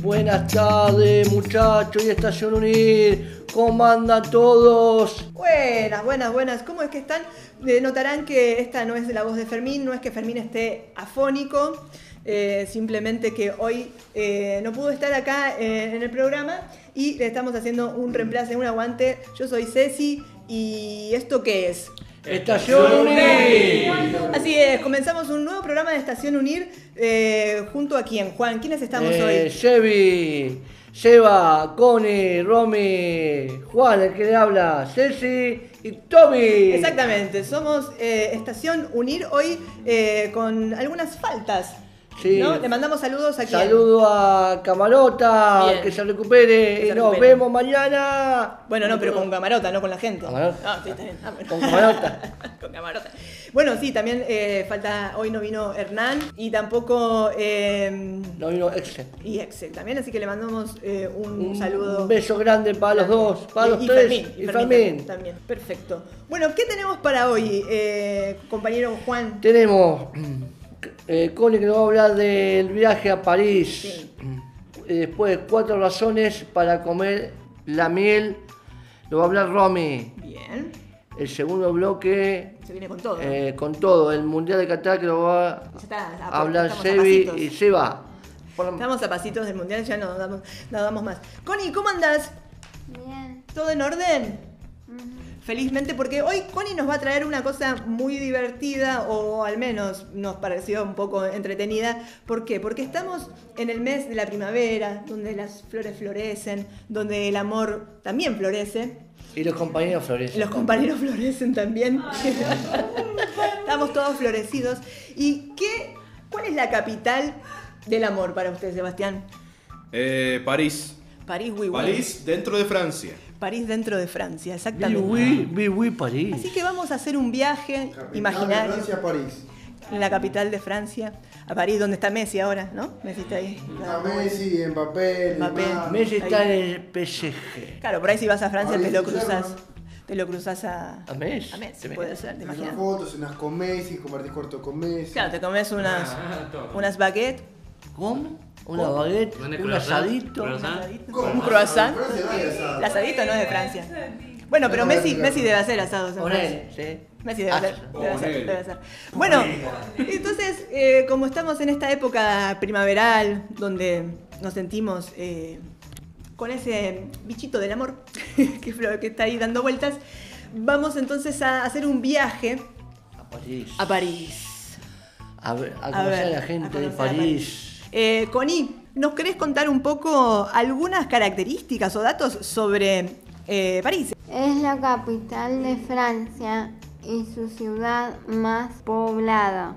Buenas tardes, muchachos y Estación Unir. ¿Cómo andan todos? Buenas, buenas, buenas. ¿Cómo es que están? Eh, notarán que esta no es la voz de Fermín, no es que Fermín esté afónico, eh, simplemente que hoy eh, no pudo estar acá eh, en el programa y le estamos haciendo un reemplazo, un aguante. Yo soy Ceci y ¿esto qué es? Estación Unir. Así es, comenzamos un nuevo programa de Estación Unir eh, junto a quién, Juan. ¿Quiénes estamos Eh, hoy? Chevy, Seba, Connie, Romy, Juan, el que le habla, Ceci y Tommy. Exactamente, somos eh, Estación Unir hoy eh, con algunas faltas. Sí. ¿no? Le mandamos saludos a quién? Saludo a Camarota, Bien. que se recupere. Que se y nos recupere. vemos mañana. Bueno, no, pero con camarota, no con la gente. Camarota. Ah, sí, está bien. Ah, bueno. Con camarota. Con camarota. Bueno, sí, también eh, falta, hoy no vino Hernán y tampoco... eh, No vino Excel. y Excel también, así que le mandamos eh, un, Un saludo. beso grande para los dos, para Y- los y tres Fermín, y Fermín. Fermín. También, perfecto. Bueno, ¿qué tenemos para hoy, eh, compañero Juan? Tenemos eh, Connie que nos va a hablar del viaje a París. Sí. Y después, cuatro razones para comer la miel. Lo va a hablar Romy. Bien, El segundo bloque, se viene con todo. ¿no? eh, con todo, el Mundial de Qatar que lo va a Ya está, a po- hablar Ah, pues, estamos a Sebi pasitos. y Seba. Por- Estamos a pasitos del mundial, ya no damos, no damos más. Connie, ¿cómo andas? Bien. ¿Todo en orden? Ujú. Felizmente, porque hoy Connie nos va a traer una cosa muy divertida, o al menos nos pareció un poco entretenida. ¿Por qué? Porque estamos en el mes de la primavera, donde las flores florecen, donde el amor también florece, Y los compañeros florecen. los compañeros florecen también. estamos todos florecidos. ¿Y qué, cuál es la capital del amor para usted, Sebastián? Eh, París. París, oui, oui. París dentro de Francia. París dentro de Francia, exactamente. Biwi, Biwi París. Así que vamos a hacer un viaje Capital imaginario. de Francia, París. en la capital de Francia, a París, donde está Messi ahora, ¿no? Messi está ahí. A Messi, Mbappé, Mbappé. Neymar. Messi está en el PSG. Claro, por ahí si vas a Francia te París, lo cruzas, Germano. te lo cruzas a, A Messi. a Messi, Te puede metes. ser, te Tenés unas imaginas. fotos, unas con Messi, compartís cuarto con Messi. Claro, te comes unas, unas baguettes, ¿Cómo? Una baguette, ¿Dónde un croissant? asadito. ¿Croissant? ¿Cómo? un croissant. Francia no hay asado. El asadito no es de Francia. Bueno, pero Messi, Messi debe hacer asados en Francia. Ponele, sí. Messi debe, Ah, hacer, debe hacer, Ponele. debe hacer. Bueno, entonces, eh, como estamos en esta época primaveral, donde nos sentimos eh, con ese bichito del amor que, flo- que está ahí dando vueltas, vamos entonces a hacer un viaje A París. a París. A, ver, a A conocer ver, a la gente de conocer a París. Eh, Connie, ¿nos querés contar un poco algunas características o datos sobre eh, París? Es la capital de Francia y su ciudad más poblada.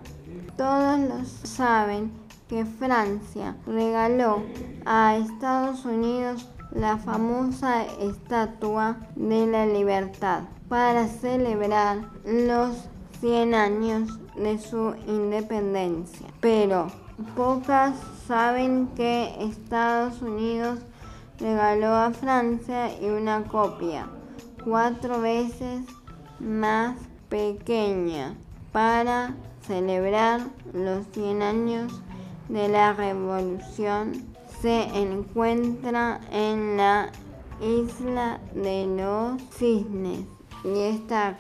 Todos los saben que Francia regaló a Estados Unidos la famosa Estatua de la Libertad para celebrar los 100 años de su independencia. Pero pocas saben que Estados Unidos regaló a Francia y una copia cuatro veces más pequeña para celebrar los 100 años de la revolución se encuentra en la isla de los cisnes y está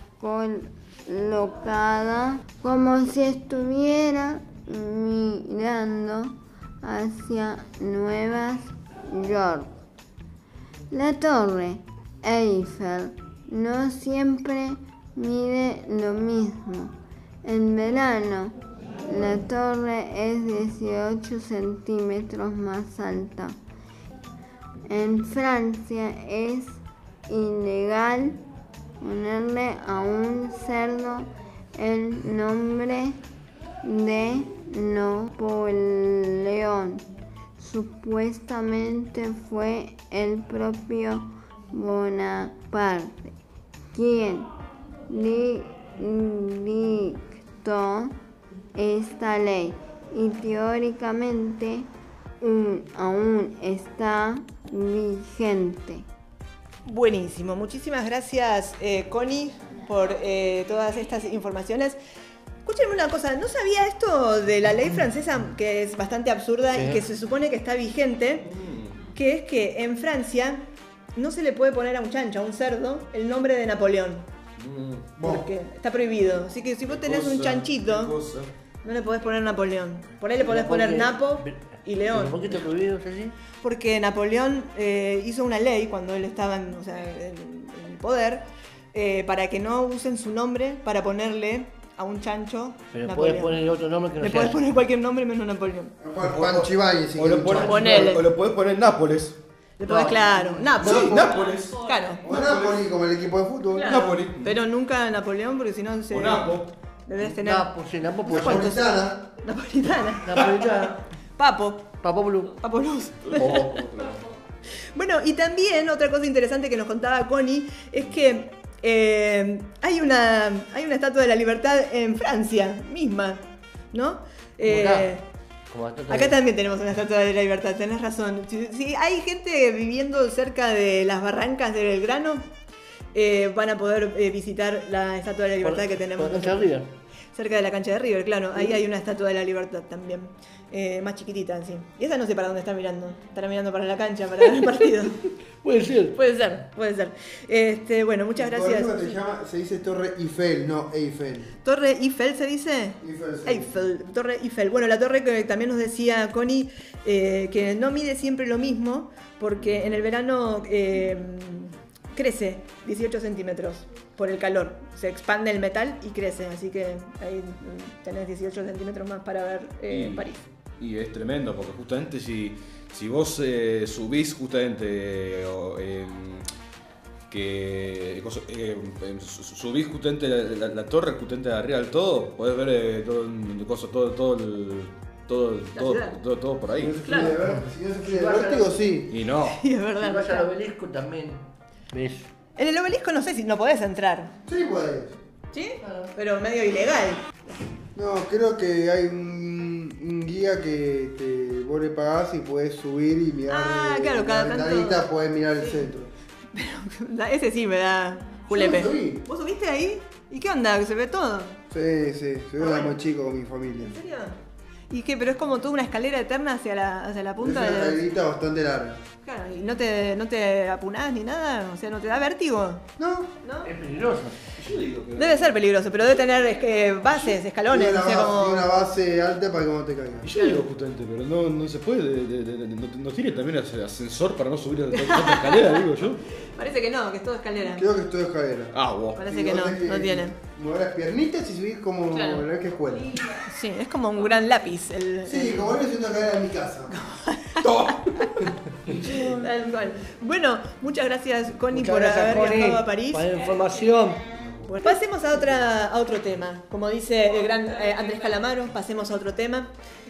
colocada como si estuviera mirando hacia Nueva York. La torre Eiffel no siempre mide lo mismo. En verano, la torre es 18 centímetros más alta. En Francia es ilegal ponerle a un cerdo el nombre de Napoleón. Supuestamente fue el propio Bonaparte quien di- dictó esta ley y teóricamente un- aún está vigente. Buenísimo, muchísimas gracias eh, Connie por eh, todas estas informaciones. Escúchenme una cosa, no sabía esto de la ley francesa que es bastante absurda Sí. y que se supone que está vigente, que es que en Francia no se le puede poner a un chancho, a un cerdo, el nombre de Napoleón. Vos. Porque está prohibido. Así que si vos tenés un chanchito, no le podés poner Napoleón. Por ahí le podés poner Napo y ¿Pero ¿Por León. qué te prohibido así? Porque Napoleón eh, hizo una ley cuando él estaba en, o sea, en- en el poder eh, para que no usen su nombre para ponerle a un chancho Pero Napoleón. puedes poner otro nombre que no Le sea. podés poner cualquier nombre menos Napoleón. Pancho Ibañez, si O lo querés, pones- chao. Ponele. o lo puedes poner Nápoles. Le podés, claro, Napoleón. Sí, Nápoles. Claro. O Napoli, como el equipo de fútbol. Claro. Napoli. Pero nunca Napoleón, porque si no se. O Napo. Debes tener. Napo, sí, Napo pues, puede ser. Napolitana. Napolitana. Napolitana. Papo. Papo Blue. Papo Luz. O- Bueno, y también otra cosa interesante que nos contaba Connie es que eh, hay, una, hay una estatua de la libertad en Francia misma, ¿no? Eh, Como acá acá también tenemos una estatua de la libertad, tenés razón. Si, si hay gente viviendo cerca de las barrancas de Belgrano, eh, van a poder eh, visitar la estatua de la libertad que tenemos. Por arriba. Cerca de la cancha de River, claro. Ahí hay una estatua de la libertad también. Eh, más chiquitita, sí. Y esa no sé para dónde está mirando. Estará mirando para la cancha, para ver el partido. Puede ser. puede ser, puede ser. Este, bueno, muchas gracias. Corrijo, te llama- se dice Torre Eiffel, no Eiffel. Torre Eiffel se dice. Eiffel, sí. Eiffel, Torre Eiffel. Bueno, la torre que también nos decía Connie, eh, que no mide siempre lo mismo, porque en el verano eh, crece 18 centímetros por el calor. Se expande el metal y crece, así que ahí mm, tenés 18 centímetros más para ver eh, y- París. Y es tremendo, porque justamente si, si vos eh, subís justamente eh, o, eh, que cosa- eh, eh, su- su- subís justamente la, la- la torre justamente arriba del todo, podés ver eh, todo, el- cosa- todo, todo, el- todo, el- La todo, ciudad. todo- todo por Si no ahí. se quiere ver- si no se quiere ver, digo sí. Y no. Sí, es verdad. Si vas al obelisco también. ¿Ves? En el obelisco no sé si no podés entrar. Sí, puedes. ¿Sí? Pero medio ilegal. No, creo que hay un, un guía que te, vos le pagás y puedes subir y mirar. Ah, eh, claro, la cada tanto- ventanita podés mirar el centro. Ese sí me da julepe. Yo subí. ¿Vos subiste ahí? ¿Y qué onda? ¿Se ve todo? Sí, sí, yo era muy chico con mi familia. ¿En serio? ¿Y qué? ¿Pero es como toda una escalera eterna hacia la, hacia la punta es una de cadenita bastante larga. Claro, ¿y no te, no te apunás ni nada? O sea, ¿no te da vértigo? No, ¿No? Es peligroso. Debe ser peligroso, pero debe tener es que, bases, escalones, tiene o una, sea, base, como... tiene una base alta para que no te caigas. Y yo digo justamente, pero no, no se puede, de- de- de- de- no, no tiene también ese ascensor para no subir a la otra escalera, digo yo. Parece que no, que es todo escalera. Creo que estoy escalera. Ah, vos. Parece Y que vos no, tenés no tiene. Mover las piernitas y subir como Claro. la vez que escuela. Sí, es como un gran lápiz. El, Sí, el- como ahora es una escalera en mi casa. Tal cual. Bueno, muchas gracias, Connie, Muchas por gracias, haber Connie, viajado a París. por la información. Bueno, pasemos a, otra, a otro tema. Como dice el gran eh, Andrés Calamaro, pasemos a otro tema.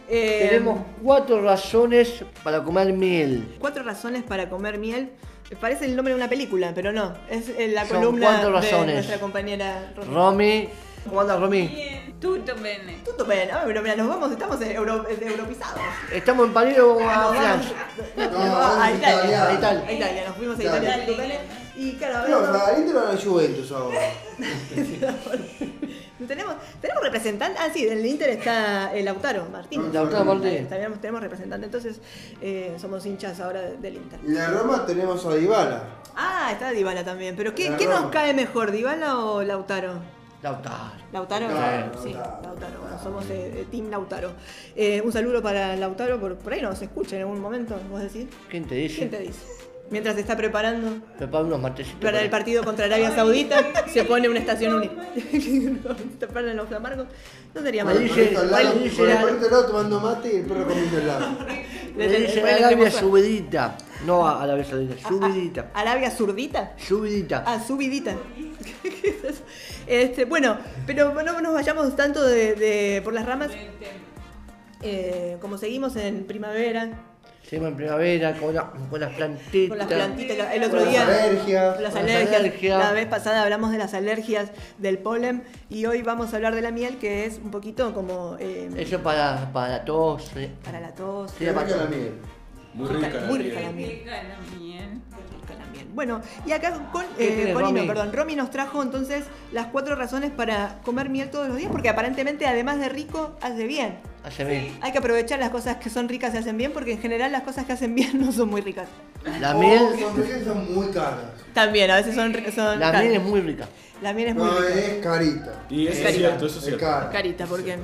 Eh, Tenemos cuatro razones para comer miel. Cuatro razones para comer miel. Parece el nombre de una película, pero no. Es eh, la Son columna cuatro de razones. nuestra compañera Romy. Romy. ¿Cómo andas, Romy? Bien, tutto bene. Tutto bene. Ah, pero mira, nos vamos, estamos eh, euro- eh, europizados. ¿Estamos en París o a Nos vamos. Francia? vamos a a Italia. Italia. A Italia. A Italia, nos fuimos a Italia. Italia. tutto bene. Y claro, a ver, Claro, vamos- la Inter o la Juventus ahora. tenemos, tenemos representante. Ah, sí, del Inter está el Lautaro Martín. Lautaro Martínez. También tenemos representante, entonces eh, somos hinchas ahora de- del Inter. Y la Roma tenemos a Dybala. Ah, está Dybala también. Pero ¿qué, La ¿qué nos Roma. cae mejor, Dybala o Lautaro? Lautaro. Lautaro, Claro, sí, Lautaro, Lautaro, bueno, Lautaro. somos eh, eh, Team Lautaro. Eh, un saludo para Lautaro, por, por ahí nos escucha en algún momento, vos decís. ¿Quién te dice? ¿Quién te dice? Mientras se está preparando Prepara unos matecitos. para el partido contra Arabia Saudita, se pone una estación única. Te paran los amargos. No sería Ahí Con malo. el perrito al lado, ahí dice con el la- perrito al lado tomando mate y el perro comiendo el lado. Le Le- le- dice le- le- Arabia le- subidita. No a Arabia Saudita, subidita. Arabia Zurdita. Subidita. Ah, subidita. ¿Qué es eso? este, bueno, pero no nos vayamos tanto de, de- por las ramas. Eh, como seguimos en primavera, Seguimos en primavera con, la- con las plantitas. Con las plantitas, el Con otro las día. alergias. Las Con las alergias. alergias. La vez pasada hablamos de las alergias del polen y hoy vamos a hablar de la miel, que es un poquito como eh, Eso para, para todos. eh. para la tos. Sí, aparte. Rica la miel. Muy rica. Muy la rica la piel. miel. Rica la miel. rica la miel. Bueno, y acá con, ¿Qué eh, tiene, Connie, no, Romy? perdón, Romy nos trajo entonces las cuatro razones para comer miel todos los días, porque aparentemente además de rico, hace bien. Hace bien. Hay que aprovechar las cosas que son ricas y hacen bien, porque en general las cosas que hacen bien no son muy ricas. La Oh, miel, Son ricas y son muy caras. También, a veces son. son la car- miel es muy rica. la miel es muy No, rica. es carita. Y eso es Carita. cierto, eso es cierto. cara. Carita, porque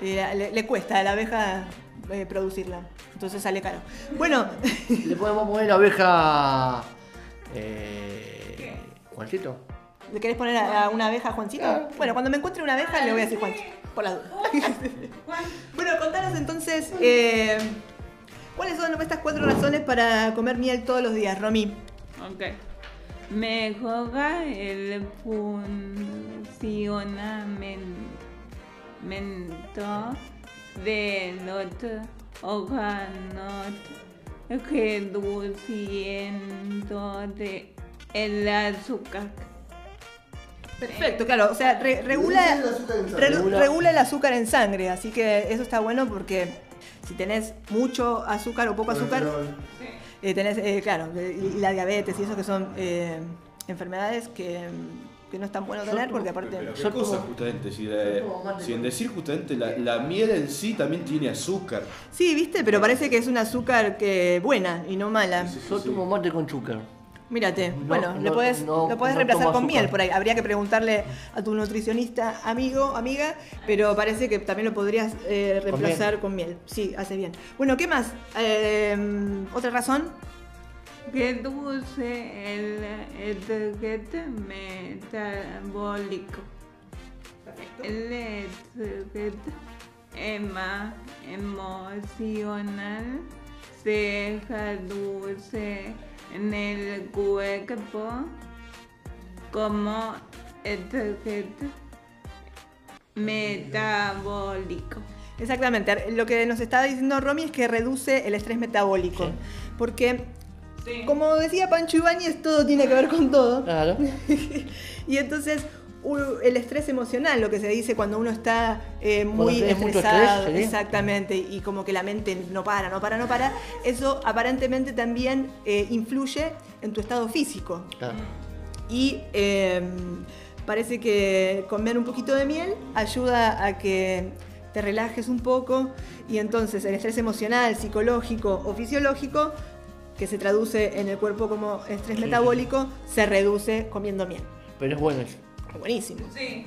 eh, le, le cuesta a la abeja eh, producirla. Entonces sale caro. Bueno, Le podemos poner la oveja. Eh, Juancito. ¿le querés poner a, a una abeja, Juancito? Bueno, cuando me encuentre una abeja le voy a decir Juan, por la duda. bueno, contanos entonces, eh, ¿cuáles son estas cuatro razones para comer miel todos los días, Romy? Ok. Me juega el funcionamiento de los órganos reduciendo de el azúcar. Perfecto, claro, o sea, re- regula, Reduce el azúcar en sangre. re- regula. Regula. el azúcar en sangre, así que eso está bueno porque si tenés mucho azúcar o poco azúcar, Colesterol. eh, tenés, eh, claro, eh, y la diabetes y eso que son eh, enfermedades que, que no es tan bueno tener porque aparte... Pero qué Yo cosa como- justamente, si yo como mate sin con- decir justamente, la, la miel en sí también tiene azúcar. Sí, viste, pero parece que es un azúcar que buena y no mala. Yo tomo mate con azúcar. Mírate, No, bueno, no, lo podés, no, lo podés no reemplazar tomo con azúcar. miel por ahí. Habría que preguntarle a tu nutricionista amigo, amiga, pero parece que también lo podrías eh, reemplazar con miel. Sí, hace bien. Bueno, ¿qué más? Eh, ¿Otra razón? Reduce el etiquete metabólico. El etiquete ema- emocional se reduce en el cuerpo como etiquete metabólico. Exactamente. Lo que nos está diciendo Romy es que reduce el estrés metabólico. Sí. Porque, Sí. como decía Pancho Ibáñez, todo tiene que ver con todo. Claro. Y entonces u- el estrés emocional, lo que se dice cuando uno está eh, muy tenés mucho estresado, estrés, sí. exactamente, y como que la mente no para, no para, no para, eso aparentemente también eh, influye en tu estado físico. Claro. Y eh, parece que comer un poquito de miel ayuda a que te relajes un poco y entonces el estrés emocional, psicológico o fisiológico, que se traduce en el cuerpo como estrés Sí. metabólico, se reduce comiendo miel. Pero es bueno eso. Buenísimo. Sí.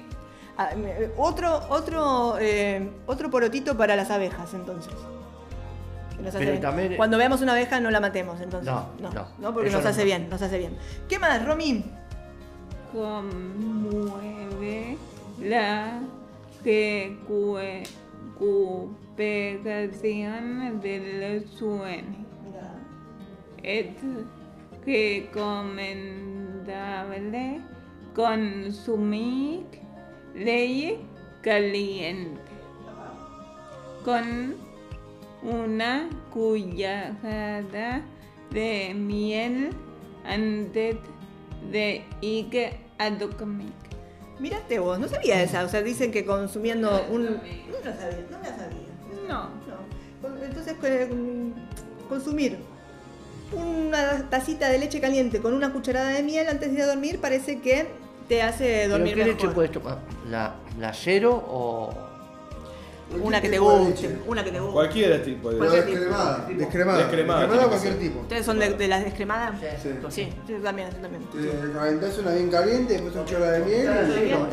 Ah, me- otro, otro, eh, otro porotito para las abejas, entonces. Que nos hace Pero bien. también- eh, Cuando veamos una abeja no la matemos, entonces. No, no, no. no, porque Eso nos no. hace bien, nos hace bien. ¿Qué más, Romy? conmueve la recuperación del sueño. Es recomendable consumir leche caliente con una cucharada de miel antes de ir a dormir. Mírate vos, no sabía esa. O sea, dicen que consumiendo un. No la sabía, no la sabía. No. No. Con- Entonces, eh, mm, consumir una tacita de leche caliente con una cucharada de miel antes de ir a dormir parece que te hace ¿Pero dormir qué leche mejor. puedes tomar? Ah, ¿La, la cero o.? Una que te tipo de guste, leche. una que te guste. Cualquier tipo de... Pero Cualquier tipo. descremada. Descremada. Descremada, Descremada tiene que cualquier ser. tipo. ¿Ustedes son de, de las descremadas? Sí. Sí, yo también, yo también. Te calentás una bien caliente, después un chorro de miel. Cero,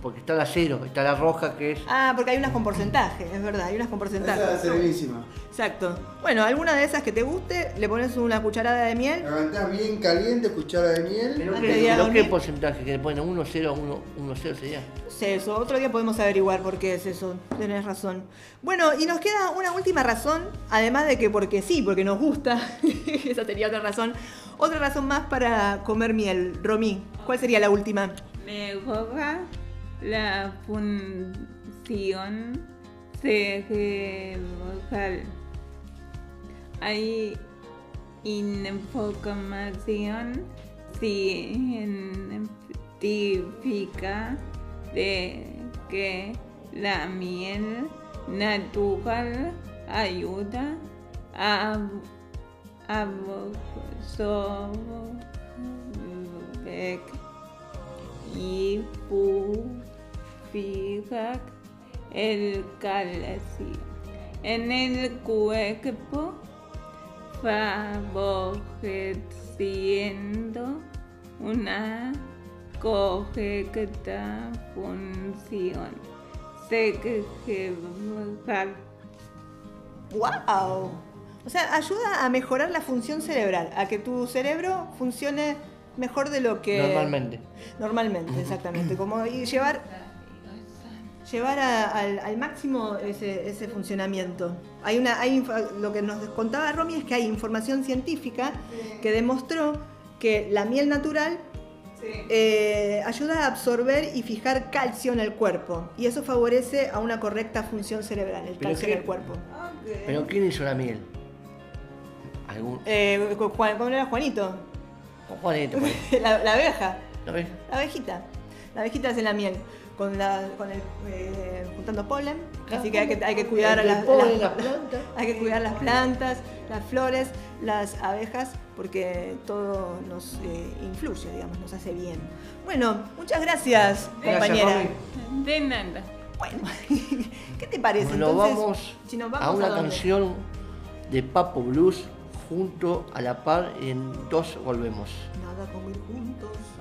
Porque está la cero, está la roja que es. Ah, porque hay unas con porcentaje, es verdad, hay unas con Esa es porcentaje. serenísima. Exacto. Bueno, alguna de esas que te guste, le pones una cucharada de miel. La calentás bien caliente, cuchara de miel. ¿Pero Antes de ir qué, a pero qué dormir. porcentaje? Que le ponen 1, 0, 1, 1, 0 sería. No sé eso, otro día podemos averiguar por qué es eso, tenés razón. Bueno, y nos queda una última razón, además de que porque sí, porque nos gusta, esa sería otra razón. Otra razón más para comer miel, Romy, ¿cuál sería la última? mejora la función cerebral. Hay información científica de que la miel natural ayuda a absorber y purificar el calcio. en el cuerpo, favoreciendo una correcta función sexual. ¡Wow! O sea, ayuda a mejorar la función cerebral, a que tu cerebro funcione mejor de lo que. Normalmente. Normalmente, exactamente. Como y llevar, llevar a- al, al máximo ese, ese funcionamiento. Hay una, hay infa- lo que nos contaba Romy es que hay información científica que demostró que la miel natural eh, ayuda a absorber y fijar calcio en el cuerpo. Y eso favorece a una correcta función cerebral, el Pero calcio qué- en el cuerpo. ¿Pero quién hizo la miel? ¿Algún? Eh, Ju- Juan, ¿Cómo era Juanito? Juanito, Juanito. la, la abeja. ¿Lo ves? La abejita. La abejita hace la miel. Con la, con el, eh, juntando polen. Así que hay que, hay que cuidar a Ah, El las, polen, las- las plantas. Hay que cuidar las plantas, las flores, las abejas, porque todo nos eh, influye, digamos, nos hace bien. Bueno, muchas gracias, Gracias, compañera. Romy. De nada. bueno, ¿qué te parece? Nos entonces? vamos, si nos a una dónde? canción de Papo Blues junto a la par y en dos volvemos. Nada como ir juntos.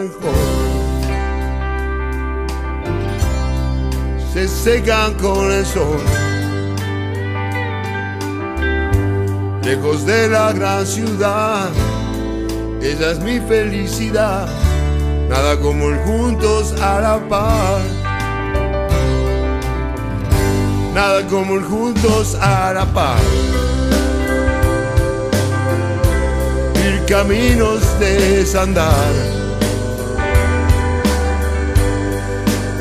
el juego. se secan con el sol. Lejos de la gran ciudad, ella es mi felicidad, nada como el juntos a la par. Nada como el juntos a la par. Ir caminos de andar.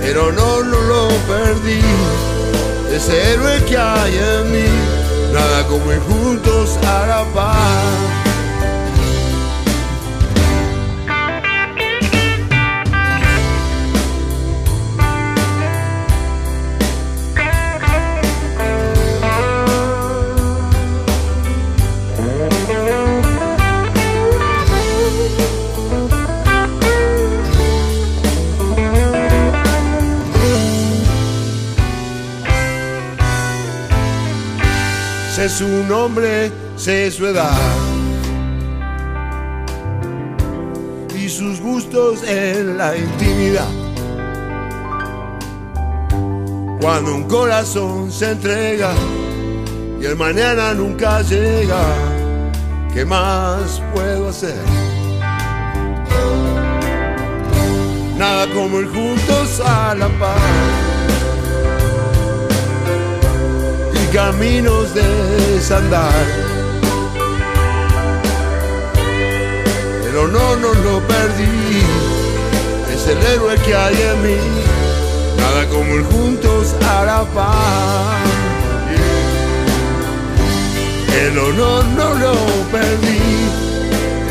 pero no, no lo perdí. Ese héroe que hay en mí, nada como ir juntos a la paz. sé su nombre, sé su edad y sus gustos en la intimidad. Cuando un corazón se entrega y el mañana nunca llega, ¿qué más puedo hacer? Nada como ir juntos a la paz. y caminos de desandar. Pero no, no lo perdí, es el héroe que hay en mí, nada como el juntos a la paz. El honor no lo perdí,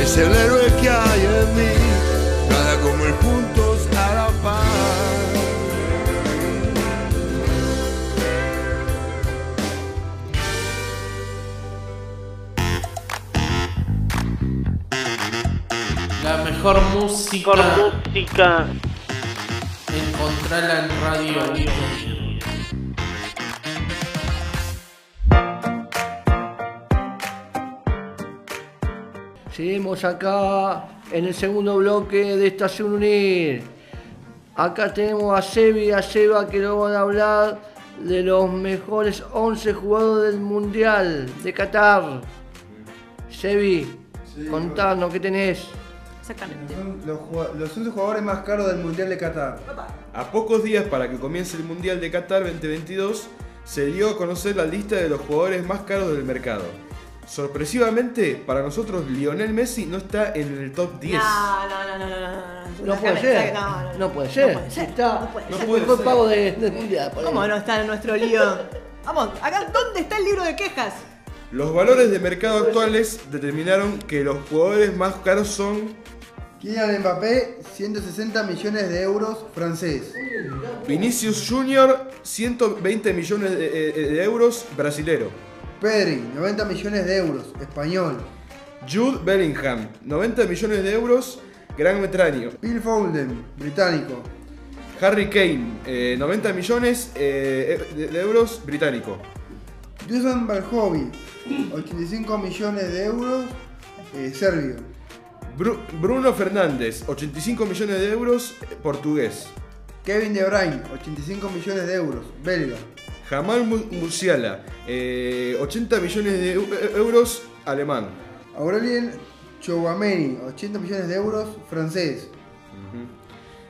es el héroe que hay en mí, nada como el juntos a la paz. La mejor música. Mejor música. Encontrala en Radio Amigo. Seguimos acá en el segundo bloque de Estación Unir. Acá tenemos a Sebi y a Seba que nos van a hablar de los mejores 11 jugadores del Mundial de Qatar. Sebi, Sí, contanos qué tenés. Exactamente. Son los, jugado- los 11 jugadores más caros del Mundial de Qatar. A pocos días para que comience el Mundial de Qatar 2022, se dio a conocer la lista de los jugadores más caros del mercado. Sorpresivamente, para nosotros, Lionel Messi no está en el top 10. No, no, no, no, no, no, no. No puede Sácame, ser. sácame, No, no, no. No puede ser. No puede ser. Está- No puede No se puede fue ser. pago de- del Mundial. por ahí. ¿Cómo no está en nuestro lío? Vamos, acá, ¿dónde está el libro de quejas? Los valores de mercado actuales determinaron que los jugadores más caros son Kylian Mbappé, 160 millones de euros francés. Vinicius Junior, 120 millones de, eh, de euros, brasilero. Pedri, 90 millones de euros, español. Jude Bellingham, 90 millones de euros, gran metraño. Phil Foden, británico. Harry Kane, eh, 90 millones eh, de, de euros, británico. Dusan Barjovi, 85 millones de euros, eh, serbio. Bru- Bruno Fernández, 85 millones de euros, eh, portugués. Kevin De Bruyne, 85 millones de euros, belga. Jamal Mu- Musiala, eh, 80 millones de eu- eh, euros, alemán. Aurelien Chouameni, 80 millones de euros, francés.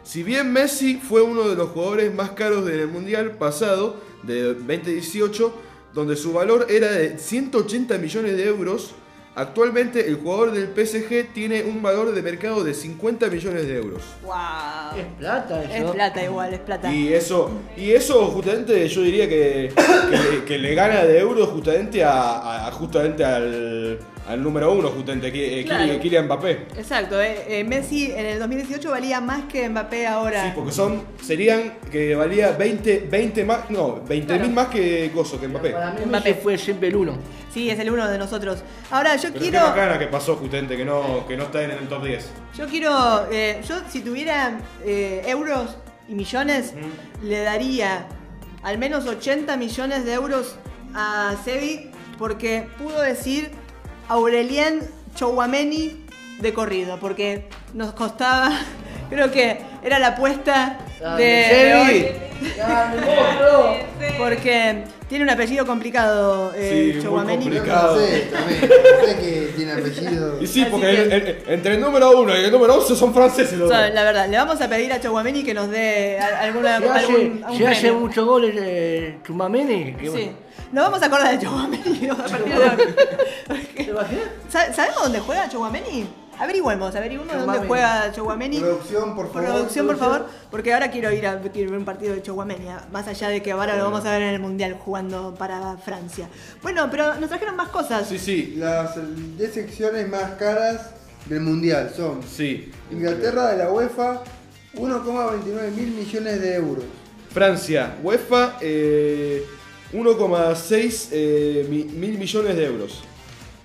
Si bien Messi fue uno de los jugadores más caros del Mundial pasado, de 2018, donde su valor era de 180 millones de euros, actualmente el jugador del PSG tiene un valor de mercado de 50 millones de euros. Es ¡Wow! plata eso. Es plata igual, es plata. Y eso, y eso justamente yo diría que, que, le, que le gana de euros justamente a, a- justamente al, al número uno, justamente que- eh, Claro. Kylian- Kylian Mbappé. Exacto, eh, eh, Messi en el 2018 valía más que Mbappé ahora. Sí, porque son, serían que valía 20, 20 más, no, 20 mil Claro. más que Gozo, que Mbappé. Para mí Mbappé. Messi fue siempre el uno. Sí, es el uno de nosotros. Ahora yo Pero qué quiero. bacana que pasó justamente, que no, que no está en el top 10. Yo quiero. eh, yo, si tuviera eh, euros y millones, le daría al menos 80 millones de euros a Sebi, porque pudo decir Aurelien Chouameni de corrido, porque nos costaba. Creo que era la apuesta Ah, de. de hoy, porque tiene un apellido complicado, eh, Sí, muy Tchouaméni. complicado. Complicado. Francés también, francés que tiene apellido. Y sí, Así porque que- el- el- entre el número 1 y el número 11 son franceses O los sea, dos. la verdad, le vamos a pedir a Chouameni que nos dé a- alguna, Se hace, algún, algún se hace premio. muchos goles eh, Chumamene. que Sí. bueno. Nos vamos a acordar de Chouameni a partir de ahora. ¿Te imaginas? ¿Sa- ¿Sabemos dónde juega Chouameni? Averigüemos, averigüemos dónde Chouameni. juega Chouameni. Producción, por favor, Producción, por favor. producción. Porque ahora quiero ir a quiero ver un partido de Chouameni. Más allá de que ahora lo vamos a ver en el Mundial jugando para Francia. Bueno, pero nos trajeron más cosas. Sí, sí, Las 10 secciones más caras del mundial son sí. Inglaterra de la UEFA, 1,29 mil millones de euros. Francia, UEFA, eh, 1,6 eh, mi- mil millones de euros.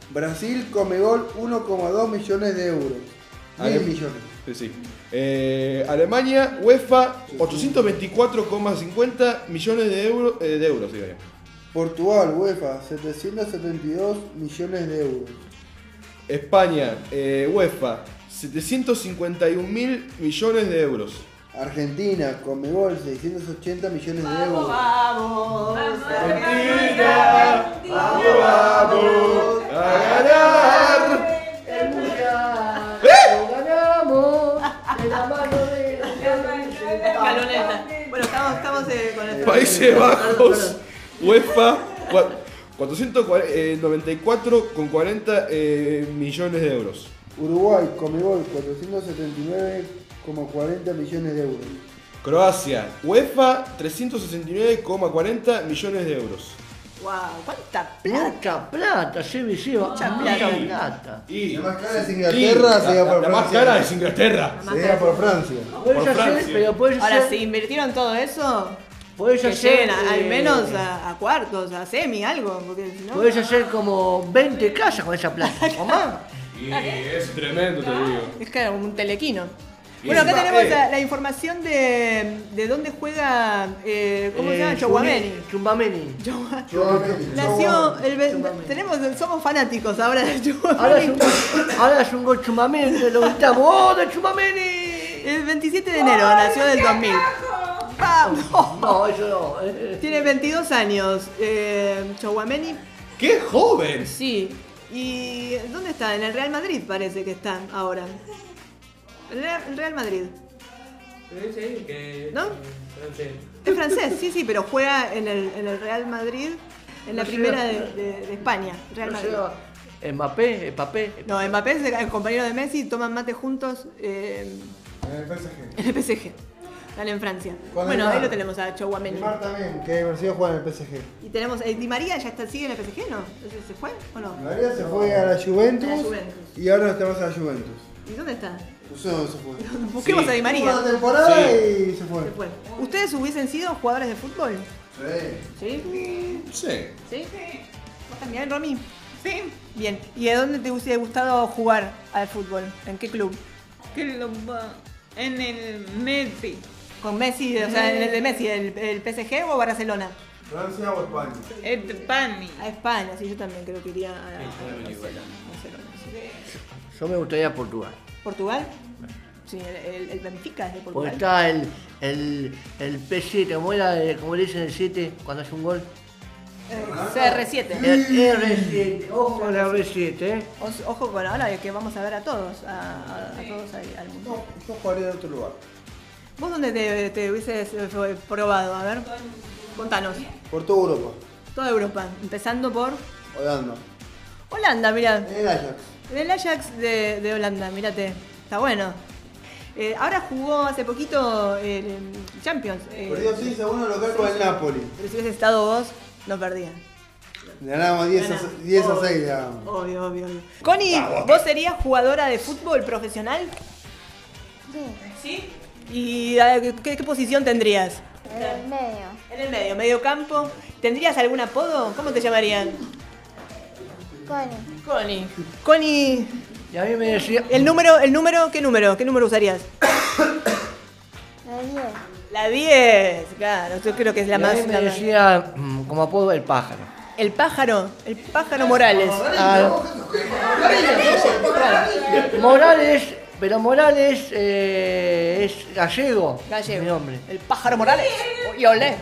Brasil, Comegol, 1,2 millones de euros. 10 Ale- millones. Sí, sí. Eh, Alemania, UEFA, 824,50 millones de, euros eh, de euros. digo yo. Portugal, UEFA, 772 millones de euros. España, eh, UEFA, 751 mil millones de euros. Argentina, Comegol, 680 millones de euros. Vamos. vamos a ganar. ganamos de la mano de los Escaloneta. Bueno, estamos, estamos eh, con el. Países Bajos, UEFA, eh, 494,40 eh, millones de euros. Uruguay, Comegol, 479,40 millones de euros. Croacia, UEFA, 369,40 millones de euros. ¡Wow! ¡Cuánta plata! Mucha plata, se me lleva. Mucha Mucha plata. plata. Y La más cara es Inglaterra, y se va la- por la más Francia. cara es Inglaterra. Se llega por Francia. Podés Por hacer, Francia. pero podés Ahora, hacer. si invirtieron todo eso, podés que hacer, lleguen a- al eh, Pues menos a, a cuartos, a semi, algo, porque si no. Podés hacer como 20 casas con esa plata, o más. Y es tremendo, te digo. Es que era un telequino. Y Bueno, acá encima, tenemos eh. la, la información de, de dónde juega. eh, ¿Cómo se llama? Chowameni. Chumbameni. Nació el. ve- Tenemos, somos fanáticos ahora de Ahora es Chowameni. un, ahora es un gol Chumameni, lo gritamos. ¡Oh, de Chumameni! El 27 de enero nació del 2000. ¡Vamos! No, eso no. eh, eh. Tiene 22 años. Eh, Chowameni ¡Qué joven! Sí. ¿Y dónde está? En el Real Madrid parece que está ahora. El Real el Real Madrid. ¿No? Es francés, sí, sí, pero juega en el, en el Real Madrid, en la No primera de, llega. de- de España. Real No Madrid. llegaba. Mbappé, Mbappé. No, Mbappé es el compañero de Messi, toman mate juntos eh, En el PSG. en el PSG. Gana en Francia. Con Bueno, Neymar. ahí lo tenemos a Chouameni. Neymar también, que Brasil juega en el PSG. Y tenemos. eh, ¿Di María ya está, sigue en el PSG, no? ¿Se- ¿Se fue o no? María se fue a la Juventus, A la Juventus. y ahora estamos a la Juventus. ¿Y dónde está? No sé dónde se fue. Busquemos Sí. a Di María. Una temporada y se Se fue. fue. ¿Ustedes hubiesen sido jugadores de fútbol? Sí. Sí. No sé. ¿Sí? ¿Vos también, Romy? Sí. Bien. ¿Y a dónde te hubiese gustado jugar al fútbol? ¿En qué club? Que lo va- en el Messi. ¿Con Messi? O sea, en el de Messi, el, el PSG o Barcelona? Francia o España. El Pani. A España, sí, yo también creo que iría a, a Barcelona. Barcelona, sí. Yo me gustaría Portugal. ¿Portugal? Sí, el, el- el Benfica es de Porque Portugal. está el, el, el P7, como, era, eh, como le dicen el 7 cuando hace un gol. Eh, CR7. El R7, ojo al R7, ¿eh? Os- Ojo con ahora que vamos a ver a todos, a, a- a todos ahí al mundo. No, yo jugaría en otro lugar. ¿Vos dónde te, te hubieses eh, probado? A ver, contanos. Por toda Europa. Toda Europa, empezando por Holanda. Holanda, mirá. En el Ajax. Del Ajax de, de Holanda, mirate. Está bueno. Eh, ahora jugó hace poquito el em, Champions. eh, Perdió 6 a 1 local con el Napoli. pero si hubiese estado vos, no perdías. Le ganamos 10 a, Ganá. 10 a Obvio, 6. Le ganamos. Obvio, obvio, obvio. Connie, ¿vos serías jugadora de fútbol profesional? ¿Sí? ¿Y eh, qué, qué posición tendrías? En el medio. En el medio, medio campo. ¿Tendrías algún apodo? ¿Cómo te llamarían? Connie. Connie. Connie, Y a mí me decía, ¿el número, el número, qué número? ¿Qué número usarías? La 10. La 10, claro, yo creo que es la y a más. mí me la más- decía mm, como apodo el pájaro. El pájaro, el pájaro Morales. Ah, Morales, pero Morales eh, es gallego. Gallego. Mi nombre. El pájaro Morales. Y olé.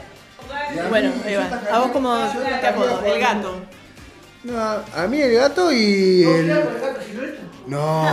Y a mí, Bueno, ahí yo va. esta ¿A vos carrera- cómo yo esta te apodo? carrera El gato. No, a mí el gato y el. No,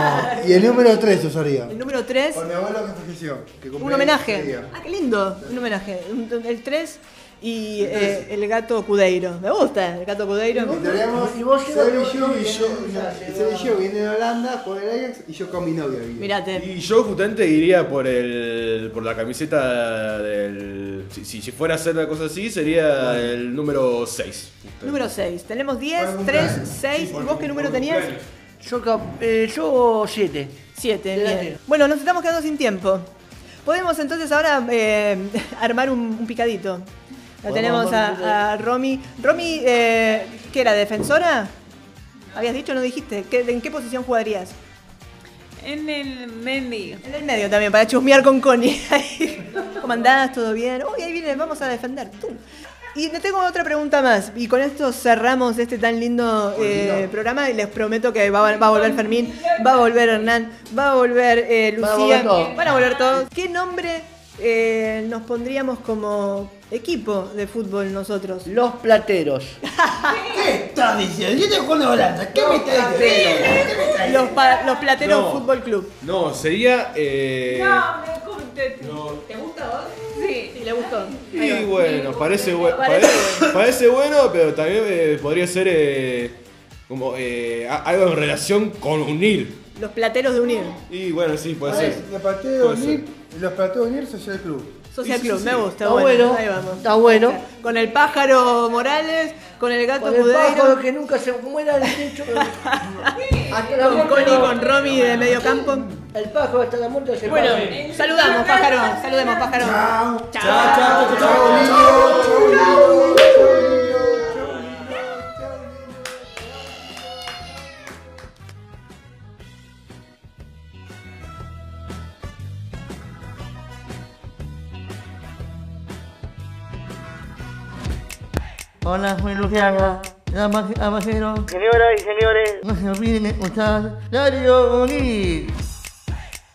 y el número 3 usaría. El número 3, Por mi abuelo que falleció. que cumplía un ese homenaje. día. Ah, qué lindo. Un homenaje. Un- un- El 3 y eh, el gato Cudeiro. Me gusta el gato Cudeiro. Y teníamos Y vos llevas- Sergio y yo. y ya Sergio viene de Holanda, con el Ajax y yo con mi novia. vivía. Mirate. Y yo justamente iría por el por la camiseta del si, si- si fuera a hacer una cosa así sería el número 6. Número 6. Tenemos Para 10, un 3, cumpleaños. 6. Sí, ¿Y por vos un- qué por número un tenías? cumpleaños. Yo, cap- eh, yo siete. 7, Delantero. bien. Bueno, nos estamos quedando sin tiempo. Podemos entonces ahora eh, armar un, un picadito. Lo Podemos tenemos armar un a, a Romy. Romy, eh, ¿qué era? ¿Defensora? ¿Habías dicho? No dijiste. ¿Qué- ¿En qué posición jugarías? En el medio. En el medio también, para chusmear con Connie. ¿Cómo andás? ¿Todo bien? Uy, ahí viene, vamos a defender. Tum. Y te tengo otra pregunta más. Y con esto cerramos este tan lindo eh, programa. Y les prometo que va, va a volver Fermín, va a volver Hernán, va a volver eh, Va a Lucía. volver todos. Van a volver todos. ¿Qué nombre eh, nos pondríamos como equipo de fútbol nosotros? Los plateros. ¿Qué estás diciendo? Yo estoy jugando a Holanda. ¿Qué me estás diciendo? ¿Qué me estás Los, diciendo? pa- los Plateros No. Fútbol Club. No, sería eh, No, me gusta. ¿Te gusta vos? Sí. Sí, le gustó. y bueno, parece bueno, Parece parece, parece bueno, pero también eh, podría ser eh, como eh, a- algo en relación con unir. Los Plateros de Unir. Y bueno, sí, puede Ahora, ser. Los partidos Puede de unir, los partidos de unir social club. Social Sí, sí, Club, sí. me gusta. Está bueno, bueno, ahí vamos. está bueno. Con el pájaro Morales, con el gato Con el pájaro Cudeiro, que nunca se muera del techo. Hasta la con muerte Connie, lo- con Romy de medio campo. El pájaro hasta la muerte se Bueno, pasa. saludamos, pájaro. Saludemos, pájaro. Chao. Chau, niño, chau, niño, chau, niño, chau, niño. Hola, soy Luciana. La abajero. Señoras y señores. No se olviden de escuchar Radio Unir.